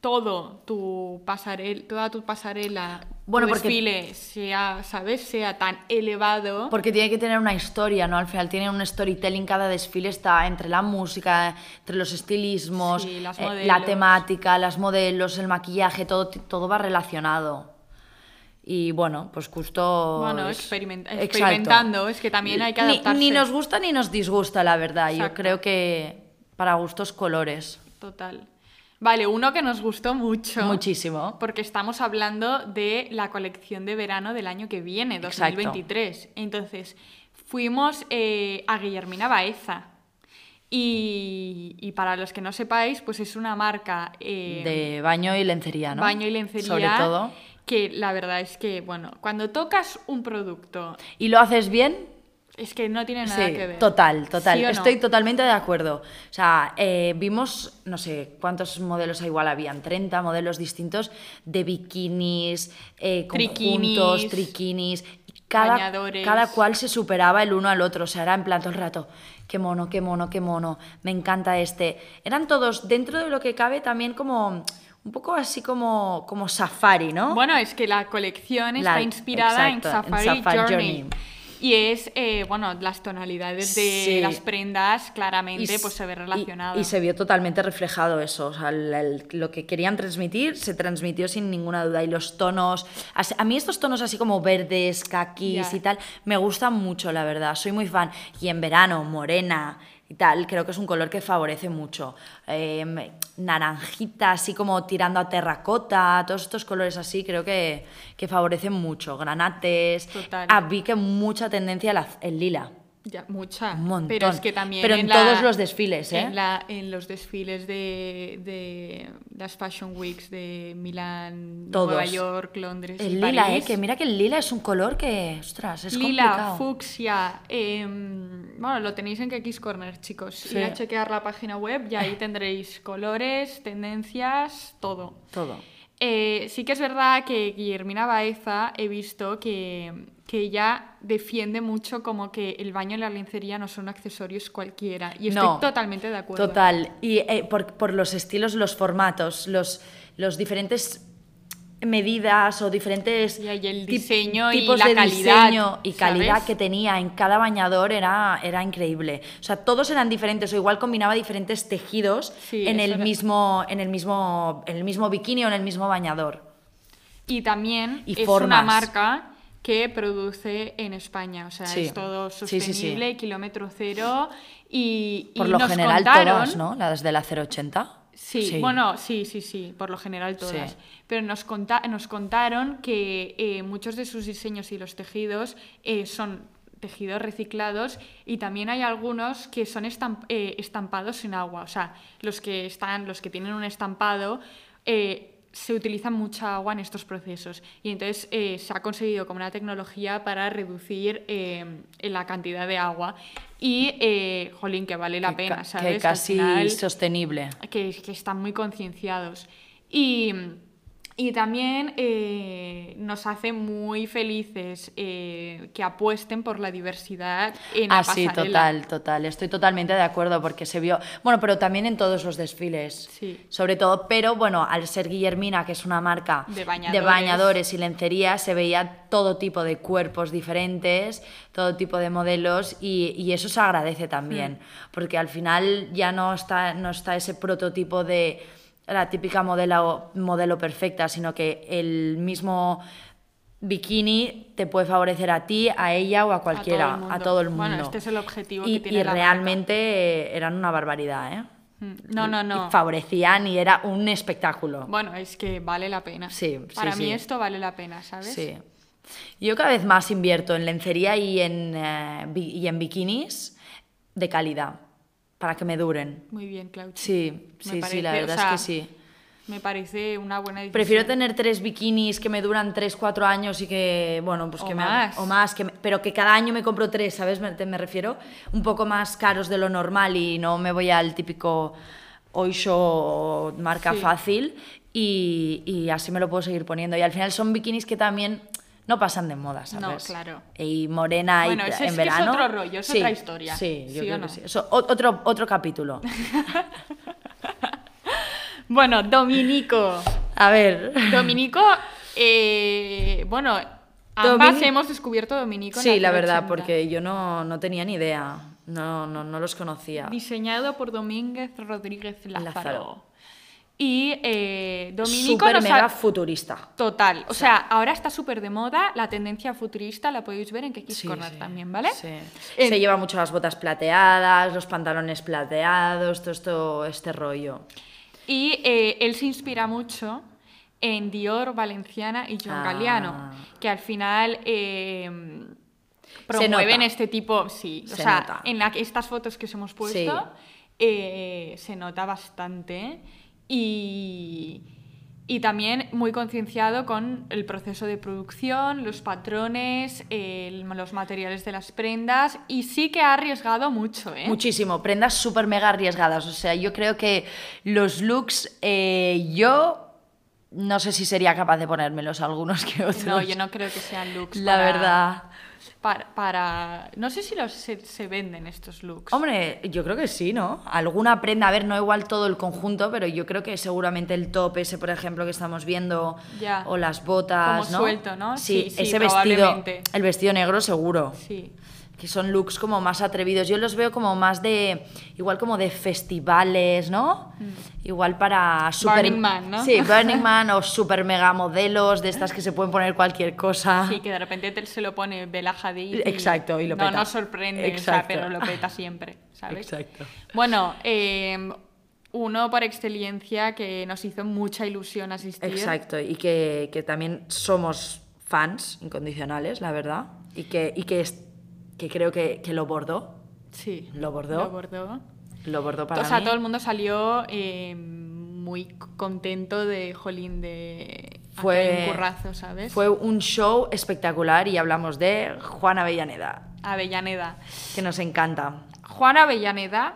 Speaker 1: todo tu pasarela, toda tu pasarela,
Speaker 2: Bueno,
Speaker 1: tu
Speaker 2: porque-
Speaker 1: desfile sea, ¿sabes? Sea tan elevado.
Speaker 2: Porque tiene que tener una historia, ¿no? Al final tiene un storytelling, cada desfile está entre la música, entre los estilismos, eh,
Speaker 1: Sí, las
Speaker 2: la
Speaker 1: modelos.
Speaker 2: temática, las modelos, el maquillaje, todo, todo va relacionado. Y bueno, pues justo...
Speaker 1: Bueno, experiment- experimentando, es que también hay que adaptarse.
Speaker 2: Ni, nos gusta ni nos disgusta, la verdad. Yo
Speaker 1: Exacto.
Speaker 2: creo que para gustos colores.
Speaker 1: Total. Vale, uno que nos gustó mucho.
Speaker 2: Muchísimo.
Speaker 1: Porque estamos hablando de la colección de verano del año que viene,
Speaker 2: Exacto.
Speaker 1: 2023. Entonces, fuimos eh, a Guillermina Baeza. Y, y para los que no sepáis, pues es una marca eh,
Speaker 2: de baño y lencería, ¿no?
Speaker 1: baño y lencería.
Speaker 2: Sobre todo.
Speaker 1: Que la verdad es que, bueno, cuando tocas un producto,
Speaker 2: Y lo haces bien,
Speaker 1: es que no tiene nada
Speaker 2: Sí,
Speaker 1: que ver.
Speaker 2: total, total.
Speaker 1: ¿Sí o no?
Speaker 2: Estoy totalmente de acuerdo. O sea, eh, vimos, no sé, cuántos modelos igual habían, 30 modelos distintos de bikinis, eh, conjuntos,
Speaker 1: Triquinis,
Speaker 2: triquinis. y Cada,
Speaker 1: bañadores.
Speaker 2: cada cual se superaba el uno al otro. O sea, era en plan todo el rato, qué mono, qué mono, qué mono, me encanta este. Eran todos, dentro de lo que cabe, también como un poco así como, como safari, ¿no?
Speaker 1: Bueno, es que la colección
Speaker 2: La-
Speaker 1: está inspirada
Speaker 2: exacto, en
Speaker 1: en Safari,
Speaker 2: Safari
Speaker 1: Journey.
Speaker 2: Journey.
Speaker 1: Y es, eh, bueno, las tonalidades de
Speaker 2: Sí.
Speaker 1: las prendas claramente
Speaker 2: s-
Speaker 1: pues se ve relacionado.
Speaker 2: Y, y se vio totalmente reflejado eso. O sea, el- el- lo que querían transmitir se transmitió sin ninguna duda. Y los tonos. as- A mí estos tonos así como verdes, caquis
Speaker 1: Ya.
Speaker 2: y tal, me gustan mucho, la verdad. Soy muy fan. Y en verano, morena y tal, creo que es un color que favorece mucho. Em, naranjita, así como tirando a terracota, todos estos colores así creo que, que favorecen mucho. Granates.
Speaker 1: Total.
Speaker 2: Ah, vi que mucha tendencia el az- el lila.
Speaker 1: Ya, mucha.
Speaker 2: Un montón.
Speaker 1: Pero es que también.
Speaker 2: Pero en
Speaker 1: la-
Speaker 2: todos los desfiles, ¿eh?
Speaker 1: En, la- en los desfiles de, de las Fashion Weeks de Milán,
Speaker 2: Todos.
Speaker 1: Nueva York, Londres. y
Speaker 2: El lila,
Speaker 1: París.
Speaker 2: eh, que mira que el lila es un color que, ostras, es
Speaker 1: Lila,
Speaker 2: complicado.
Speaker 1: fucsia. em, bueno, lo tenéis en KX Corner, chicos.
Speaker 2: Sí.
Speaker 1: Ir a chequear la página web y ahí tendréis colores, tendencias, todo.
Speaker 2: Todo.
Speaker 1: Eh, sí que es verdad que Guillermina Baeza he visto que, que ella defiende mucho como que el baño y la lencería no son accesorios cualquiera. Y estoy
Speaker 2: No.
Speaker 1: totalmente de acuerdo.
Speaker 2: Total, y eh, por, por los estilos, los formatos, los, los diferentes medidas o diferentes
Speaker 1: Ya, y el
Speaker 2: tip-
Speaker 1: diseño y
Speaker 2: tipos
Speaker 1: la
Speaker 2: de
Speaker 1: calidad,
Speaker 2: diseño y calidad
Speaker 1: ¿sabes?
Speaker 2: que tenía en cada bañador era, era increíble. O sea, todos eran diferentes o igual combinaba diferentes tejidos
Speaker 1: Sí,
Speaker 2: en,
Speaker 1: eso
Speaker 2: el
Speaker 1: era-
Speaker 2: mismo, en, el mismo, en el mismo bikini o en el mismo bañador.
Speaker 1: Y también
Speaker 2: Y
Speaker 1: es una
Speaker 2: formas.
Speaker 1: marca que produce en España. O sea,
Speaker 2: Sí.
Speaker 1: es todo
Speaker 2: Sí, sí,
Speaker 1: sostenible,
Speaker 2: sí.
Speaker 1: kilómetro cero. Y, y
Speaker 2: Por lo
Speaker 1: nos
Speaker 2: general
Speaker 1: contaron,
Speaker 2: todas, ¿no? Las de la 080.
Speaker 1: Sí, bueno, sí, sí, sí, por lo general todas.
Speaker 2: Sí.
Speaker 1: Pero nos, conta- nos contaron que eh, muchos de sus diseños y los tejidos eh, son tejidos reciclados y también hay algunos que son estamp- eh, estampados sin agua. O sea, los que, están, los que tienen un estampado eh, se utiliza mucha agua en estos procesos. Y entonces eh, se ha conseguido como una tecnología para reducir eh, la cantidad de agua. Y, eh, jolín, que vale la
Speaker 2: Que ca-
Speaker 1: pena, ¿sabes?
Speaker 2: Que
Speaker 1: Al
Speaker 2: casi
Speaker 1: final-
Speaker 2: sostenible.
Speaker 1: que, que están muy concienciados. Y, y también eh, nos hace muy felices eh, que apuesten por la diversidad en la
Speaker 2: Ah, sí,
Speaker 1: pasarela.
Speaker 2: total, total. Estoy totalmente de acuerdo porque se vio. Bueno, pero también en todos los desfiles.
Speaker 1: Sí.
Speaker 2: Sobre todo, pero bueno, al ser Guillermina, que es una marca
Speaker 1: De bañadores.
Speaker 2: bañadores y lencería, se veía todo tipo de cuerpos diferentes, todo tipo de modelos y, y eso se agradece también.
Speaker 1: Mm.
Speaker 2: Porque al final ya no está, no está ese prototipo de la típica modelo, modelo perfecta, sino que el mismo bikini te puede favorecer a ti, a ella o a cualquiera,
Speaker 1: todo el
Speaker 2: a
Speaker 1: mundo.
Speaker 2: todo el mundo.
Speaker 1: Bueno, este es el objetivo que
Speaker 2: y,
Speaker 1: tiene
Speaker 2: y
Speaker 1: la marca.
Speaker 2: realmente eh, eran una barbaridad, ¿eh?
Speaker 1: Mm, No, no, no.
Speaker 2: Y favorecían y era un espectáculo.
Speaker 1: Bueno, es que vale la pena.
Speaker 2: Sí, sí,
Speaker 1: Para mí
Speaker 2: sí.
Speaker 1: esto vale la pena, ¿sabes?
Speaker 2: Sí. Yo cada vez más invierto en lencería y en, eh, bi- y en bikinis de calidad, para que me duren.
Speaker 1: Muy bien, Claudia.
Speaker 2: Sí,
Speaker 1: Me
Speaker 2: sí, sí,
Speaker 1: parece,
Speaker 2: la
Speaker 1: o
Speaker 2: verdad
Speaker 1: sea,
Speaker 2: es que sí.
Speaker 1: Me parece una buena decisión.
Speaker 2: Prefiero tener tres bikinis que me duran tres, cuatro años y que, bueno, pues
Speaker 1: O
Speaker 2: que
Speaker 1: más.
Speaker 2: me... O más, que me- pero que cada año me compro tres, ¿sabes? Me, te- me refiero un poco más caros de lo normal y no me voy al típico Oisho marca
Speaker 1: Sí.
Speaker 2: fácil y, y así me lo puedo seguir poniendo. Y al final son bikinis que también no pasan de moda, ¿sabes?
Speaker 1: No, claro.
Speaker 2: Y morena y
Speaker 1: Bueno,
Speaker 2: en
Speaker 1: eso es que es
Speaker 2: verano.
Speaker 1: otro rollo, es otra historia.
Speaker 2: Sí, yo
Speaker 1: ¿Sí o
Speaker 2: creo
Speaker 1: no?
Speaker 2: que sí. Eso, o- otro, otro capítulo.
Speaker 1: Bueno, Dominico.
Speaker 2: A ver.
Speaker 1: Dominico, eh, bueno, ambas
Speaker 2: Domini-
Speaker 1: hemos descubierto Dominico. en
Speaker 2: Sí, la verdad,
Speaker 1: 080.
Speaker 2: porque yo no, no tenía ni idea. No, no, no los conocía.
Speaker 1: Diseñado por Domínguez Rodríguez Lázaro.
Speaker 2: Lázaro.
Speaker 1: Y eh, Dominico
Speaker 2: Súper
Speaker 1: nos ha-
Speaker 2: mega futurista.
Speaker 1: Total. O sea, ahora está súper de moda la tendencia futurista, la podéis ver en que
Speaker 2: Sí,
Speaker 1: Corner
Speaker 2: sí,
Speaker 1: también, ¿vale?
Speaker 2: sí.
Speaker 1: Eh,
Speaker 2: Se lleva mucho las botas plateadas, los pantalones plateados, todo esto, este rollo.
Speaker 1: Y eh, él se inspira mucho en Dior, Valenciana y John
Speaker 2: Ah.
Speaker 1: Galliano, que al final eh,
Speaker 2: nota.
Speaker 1: promueven este tipo, sí, o
Speaker 2: Se
Speaker 1: sea,
Speaker 2: nota.
Speaker 1: en la que- estas fotos que os hemos puesto
Speaker 2: Sí.
Speaker 1: eh, se nota bastante y, y también muy concienciado con el proceso de producción, los patrones, el- los materiales de las prendas y sí que ha arriesgado mucho, ¿eh?
Speaker 2: Muchísimo, prendas súper mega arriesgadas. O sea, yo creo que los looks, eh, yo no sé si sería capaz de ponérmelos algunos que otros.
Speaker 1: No, yo no creo que sean looks.
Speaker 2: La
Speaker 1: para-
Speaker 2: verdad.
Speaker 1: Para, para- No sé si los, se, se venden estos looks.
Speaker 2: Hombre, yo creo que sí, ¿no? Alguna prenda, a ver, no igual todo el conjunto, pero yo creo que seguramente el top ese, por ejemplo, que estamos viendo,
Speaker 1: Ya.
Speaker 2: o las botas,
Speaker 1: Como
Speaker 2: ¿no?
Speaker 1: suelto, ¿no?
Speaker 2: Sí,
Speaker 1: Sí, sí,
Speaker 2: ese vestido,
Speaker 1: probablemente.
Speaker 2: el vestido negro seguro.
Speaker 1: Sí.
Speaker 2: que son looks como más atrevidos. Yo los veo como más de, igual como de festivales, ¿no? Igual para super...
Speaker 1: Mm. Burning Man, ¿no?
Speaker 2: Sí, Burning Man o super mega modelos de estas que se pueden poner cualquier cosa.
Speaker 1: Sí, que de repente te- se lo pone Bella Hadid. y-
Speaker 2: Exacto, y lo
Speaker 1: No
Speaker 2: peta.
Speaker 1: nos sorprende, o sea,
Speaker 2: Exacto.
Speaker 1: pero lo peta siempre, ¿sabes?
Speaker 2: Exacto.
Speaker 1: Bueno, eh, uno por excelencia que nos hizo mucha ilusión asistir.
Speaker 2: Exacto, y que, que también somos fans incondicionales, la verdad, y que, y que, es- que creo que, que lo bordó,
Speaker 1: Sí.
Speaker 2: Lo bordó.
Speaker 1: Lo bordó.
Speaker 2: lo bordó para
Speaker 1: o sea,
Speaker 2: mí.
Speaker 1: todo el mundo salió eh, muy contento de Jolín de
Speaker 2: Fue-
Speaker 1: aquel currazo, ¿sabes?
Speaker 2: Fue un show espectacular y hablamos de Juana Avellaneda,
Speaker 1: Avellaneda.
Speaker 2: que nos encanta.
Speaker 1: Juana Avellaneda,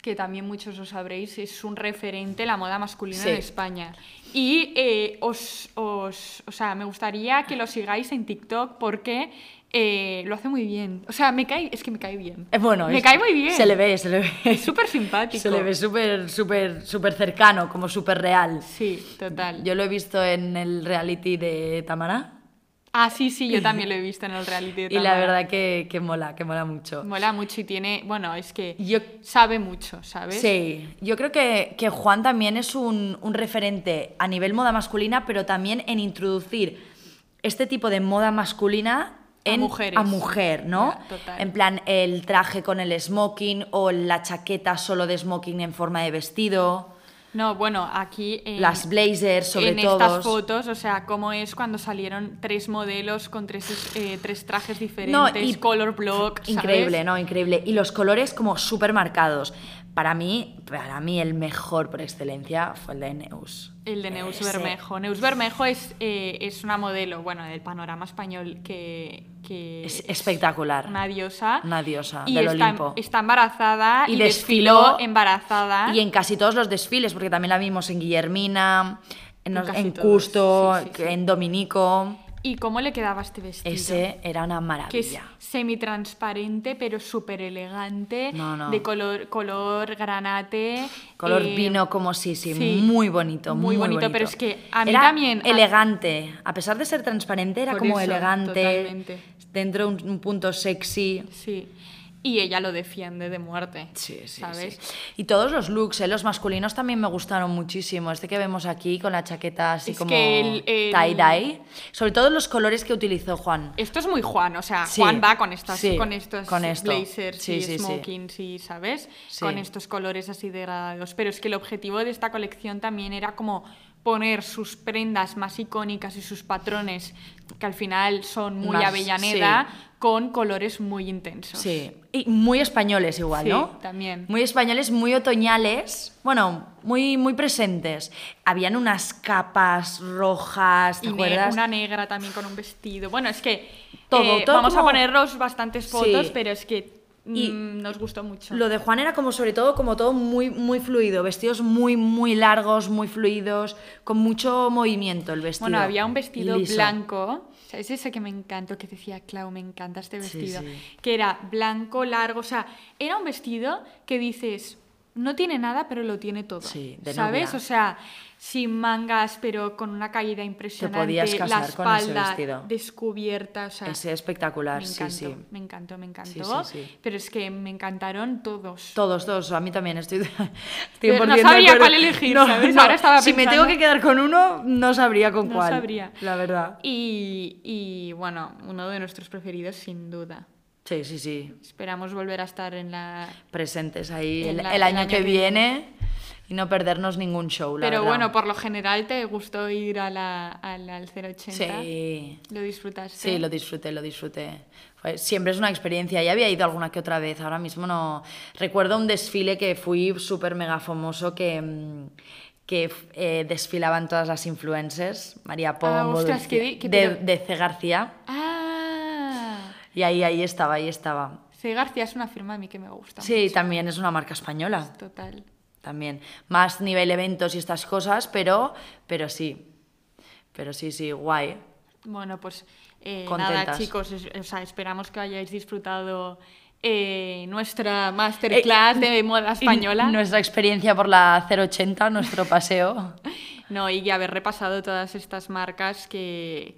Speaker 1: que también muchos lo sabréis, es un referente en la moda masculina
Speaker 2: Sí.
Speaker 1: en España. Y eh, os, os- o sea, me gustaría que lo sigáis en TikTok porque eh, lo hace muy bien. O sea, me cae, es que me cae bien.
Speaker 2: Eh, Bueno,
Speaker 1: me
Speaker 2: es-
Speaker 1: cae muy bien.
Speaker 2: Se le ve, se le ve.
Speaker 1: Es súper simpático.
Speaker 2: Se le ve súper, súper, súper cercano, como súper real.
Speaker 1: Sí, total.
Speaker 2: Yo lo he visto en el reality de Tamara
Speaker 1: Ah, sí, sí, yo también lo he visto en el reality. de
Speaker 2: y la
Speaker 1: Tamara.
Speaker 2: verdad que, que mola, que mola mucho.
Speaker 1: Mola mucho y tiene. Bueno, es que
Speaker 2: Yo,
Speaker 1: sabe mucho, ¿sabes?
Speaker 2: sí, yo creo que, que Juan también es un, un referente a nivel moda masculina, pero también en introducir este tipo de moda masculina
Speaker 1: A
Speaker 2: en,
Speaker 1: mujeres.
Speaker 2: a mujer, ¿no?
Speaker 1: Ya, total.
Speaker 2: En plan, el traje con el smoking o la chaqueta solo de smoking en forma de vestido.
Speaker 1: No, bueno, aquí. en-
Speaker 2: las blazers sobre
Speaker 1: en
Speaker 2: todo
Speaker 1: estas fotos, o sea, cómo es cuando salieron tres modelos con tres, eh, tres trajes diferentes, color block, ¿sabes?
Speaker 2: increíble no increíble y los colores como súper marcados para mí para mí el mejor por excelencia fue el de Neus
Speaker 1: El de Neus
Speaker 2: Ese.
Speaker 1: Bermejo. Neus Bermejo es, eh, es una modelo, bueno, del panorama español que, que
Speaker 2: es espectacular
Speaker 1: una diosa.
Speaker 2: Una diosa
Speaker 1: y
Speaker 2: del
Speaker 1: está,
Speaker 2: Olimpo.
Speaker 1: está embarazada
Speaker 2: Ah, Y
Speaker 1: y,
Speaker 2: desfiló.
Speaker 1: desfiló, embarazada.
Speaker 2: y en casi todos los desfiles porque también la vimos en Guillermina en,
Speaker 1: En
Speaker 2: los-
Speaker 1: casi
Speaker 2: en
Speaker 1: todos,
Speaker 2: Custo
Speaker 1: sí, sí, sí.
Speaker 2: en Dominico
Speaker 1: ¿Y cómo le quedaba este vestido?
Speaker 2: ese era una
Speaker 1: que es
Speaker 2: maravilla
Speaker 1: semi-transparente pero súper elegante,
Speaker 2: No, no.
Speaker 1: de color, color granate.
Speaker 2: color
Speaker 1: eh,
Speaker 2: vino como sí, sí
Speaker 1: sí.
Speaker 2: muy bonito
Speaker 1: Muy
Speaker 2: muy,
Speaker 1: bonito, pero es que a mí
Speaker 2: Era
Speaker 1: también-
Speaker 2: elegante a pesar de ser transparente era
Speaker 1: Por
Speaker 2: como
Speaker 1: eso,
Speaker 2: elegante
Speaker 1: totalmente.
Speaker 2: dentro un, un punto sexy
Speaker 1: Sí. Y ella lo defiende de muerte.
Speaker 2: Sí, sí,
Speaker 1: ¿Sabes?
Speaker 2: sí. Y todos los looks, ¿eh? los masculinos también me gustaron muchísimo. Este que vemos aquí con la chaqueta así
Speaker 1: Es
Speaker 2: como
Speaker 1: que el- el-
Speaker 2: tie-dye. Sobre todo los colores que utilizó Juan.
Speaker 1: Esto es muy Juan, o sea,
Speaker 2: Sí,
Speaker 1: Juan va con estas
Speaker 2: sí,
Speaker 1: con estos
Speaker 2: con esto.
Speaker 1: blazers
Speaker 2: Sí,
Speaker 1: y
Speaker 2: sí, sí.
Speaker 1: smokings y, ¿sabes?
Speaker 2: Sí.
Speaker 1: Con estos colores así degradados, pero es que el objetivo de esta colección también era como poner sus prendas más icónicas y sus patrones que al final son muy
Speaker 2: Más-
Speaker 1: Avellaneda con colores muy intensos.
Speaker 2: Sí. Y muy españoles igual,
Speaker 1: Sí,
Speaker 2: ¿no?
Speaker 1: también.
Speaker 2: Muy españoles, muy otoñales. Bueno, muy, muy presentes. Habían unas capas rojas, ¿te
Speaker 1: Y ne-
Speaker 2: acuerdas?
Speaker 1: una negra también con un vestido. Bueno, es que
Speaker 2: Todo,
Speaker 1: eh,
Speaker 2: todo
Speaker 1: vamos
Speaker 2: como-
Speaker 1: a poneros bastantes fotos,
Speaker 2: Sí.
Speaker 1: pero es que
Speaker 2: Y-
Speaker 1: mm, nos gustó mucho.
Speaker 2: Lo de Juan era como sobre todo como todo muy muy fluido, vestidos muy muy largos, muy fluidos, con mucho movimiento el vestido.
Speaker 1: Bueno, había un vestido
Speaker 2: Liso.
Speaker 1: blanco, o sea, es ese que me encantó, que decía Clau, me encanta este
Speaker 2: Sí,
Speaker 1: vestido,
Speaker 2: sí.
Speaker 1: que era blanco, largo, o sea, era un vestido que dices, no tiene nada, pero lo tiene todo.
Speaker 2: Sí, de
Speaker 1: ¿Sabes?
Speaker 2: novia.
Speaker 1: O sea, sin mangas, pero con una caída impresionante.
Speaker 2: podías casar
Speaker 1: la
Speaker 2: con ese
Speaker 1: espalda
Speaker 2: vestido.
Speaker 1: descubierta. O sea,
Speaker 2: Es espectacular,
Speaker 1: me
Speaker 2: sí,
Speaker 1: encantó,
Speaker 2: sí.
Speaker 1: me encantó, me encantó.
Speaker 2: Sí, sí, sí.
Speaker 1: Pero es que me encantaron todos.
Speaker 2: Todos, todos, a mí también estoy 100%
Speaker 1: Pero no
Speaker 2: de
Speaker 1: sabía
Speaker 2: acuerdo.
Speaker 1: cuál elegir, ¿sabes? Ahora estaba
Speaker 2: si me
Speaker 1: pensando.
Speaker 2: tengo que quedar con uno, no sabría con
Speaker 1: No
Speaker 2: cuál.
Speaker 1: sabría.
Speaker 2: La verdad.
Speaker 1: Y, y, bueno, uno de nuestros preferidos, sin duda.
Speaker 2: Sí, sí, sí.
Speaker 1: Esperamos volver a estar en la.
Speaker 2: Presentes ahí
Speaker 1: En
Speaker 2: el,
Speaker 1: la-
Speaker 2: el año que, viene.
Speaker 1: viene.
Speaker 2: y no perdernos ningún show, la
Speaker 1: Pero
Speaker 2: verdad.
Speaker 1: bueno, por lo general te gustó ir a la, a la- al 080.
Speaker 2: Sí.
Speaker 1: ¿Lo disfrutaste?
Speaker 2: Sí, lo disfruté, lo disfruté. Fue- siempre es una experiencia. Ya había ido alguna que otra vez, ahora mismo no. Recuerdo un desfile que fui súper mega famoso que, mm, que f- eh, desfilaban todas las influencers, María Pombo,
Speaker 1: Ah, ostras, qué
Speaker 2: Dulce-
Speaker 1: di- qué
Speaker 2: de,
Speaker 1: pero-
Speaker 2: de C. García.
Speaker 1: ¡Ah!
Speaker 2: Y ahí, ahí estaba, ahí estaba.
Speaker 1: C. García es una firma a mí que me gusta.
Speaker 2: Sí, también es una marca española.
Speaker 1: Total.
Speaker 2: También. Más nivel eventos y estas cosas, pero, pero sí. Pero sí, sí, guay.
Speaker 1: Bueno, pues eh, nada,
Speaker 2: Contentas.
Speaker 1: chicos, es- o sea, esperamos que hayáis disfrutado eh, nuestra masterclass de moda española.
Speaker 2: Y nuestra experiencia por la 080, nuestro paseo.
Speaker 1: No, y haber repasado todas estas marcas que,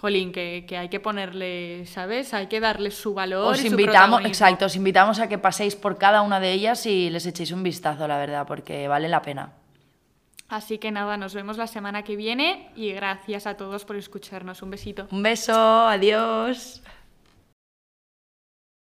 Speaker 1: jolín, que, que hay que ponerle, ¿sabes? Hay que darle su valor. y
Speaker 2: Os
Speaker 1: su
Speaker 2: invitamos,
Speaker 1: protagonismo.
Speaker 2: exacto, os invitamos a que paséis por cada una de ellas y les echéis un vistazo, la verdad, porque vale la pena.
Speaker 1: Así que nada, nos vemos la semana que viene y gracias a todos por escucharnos. Un besito.
Speaker 2: Un beso, adiós.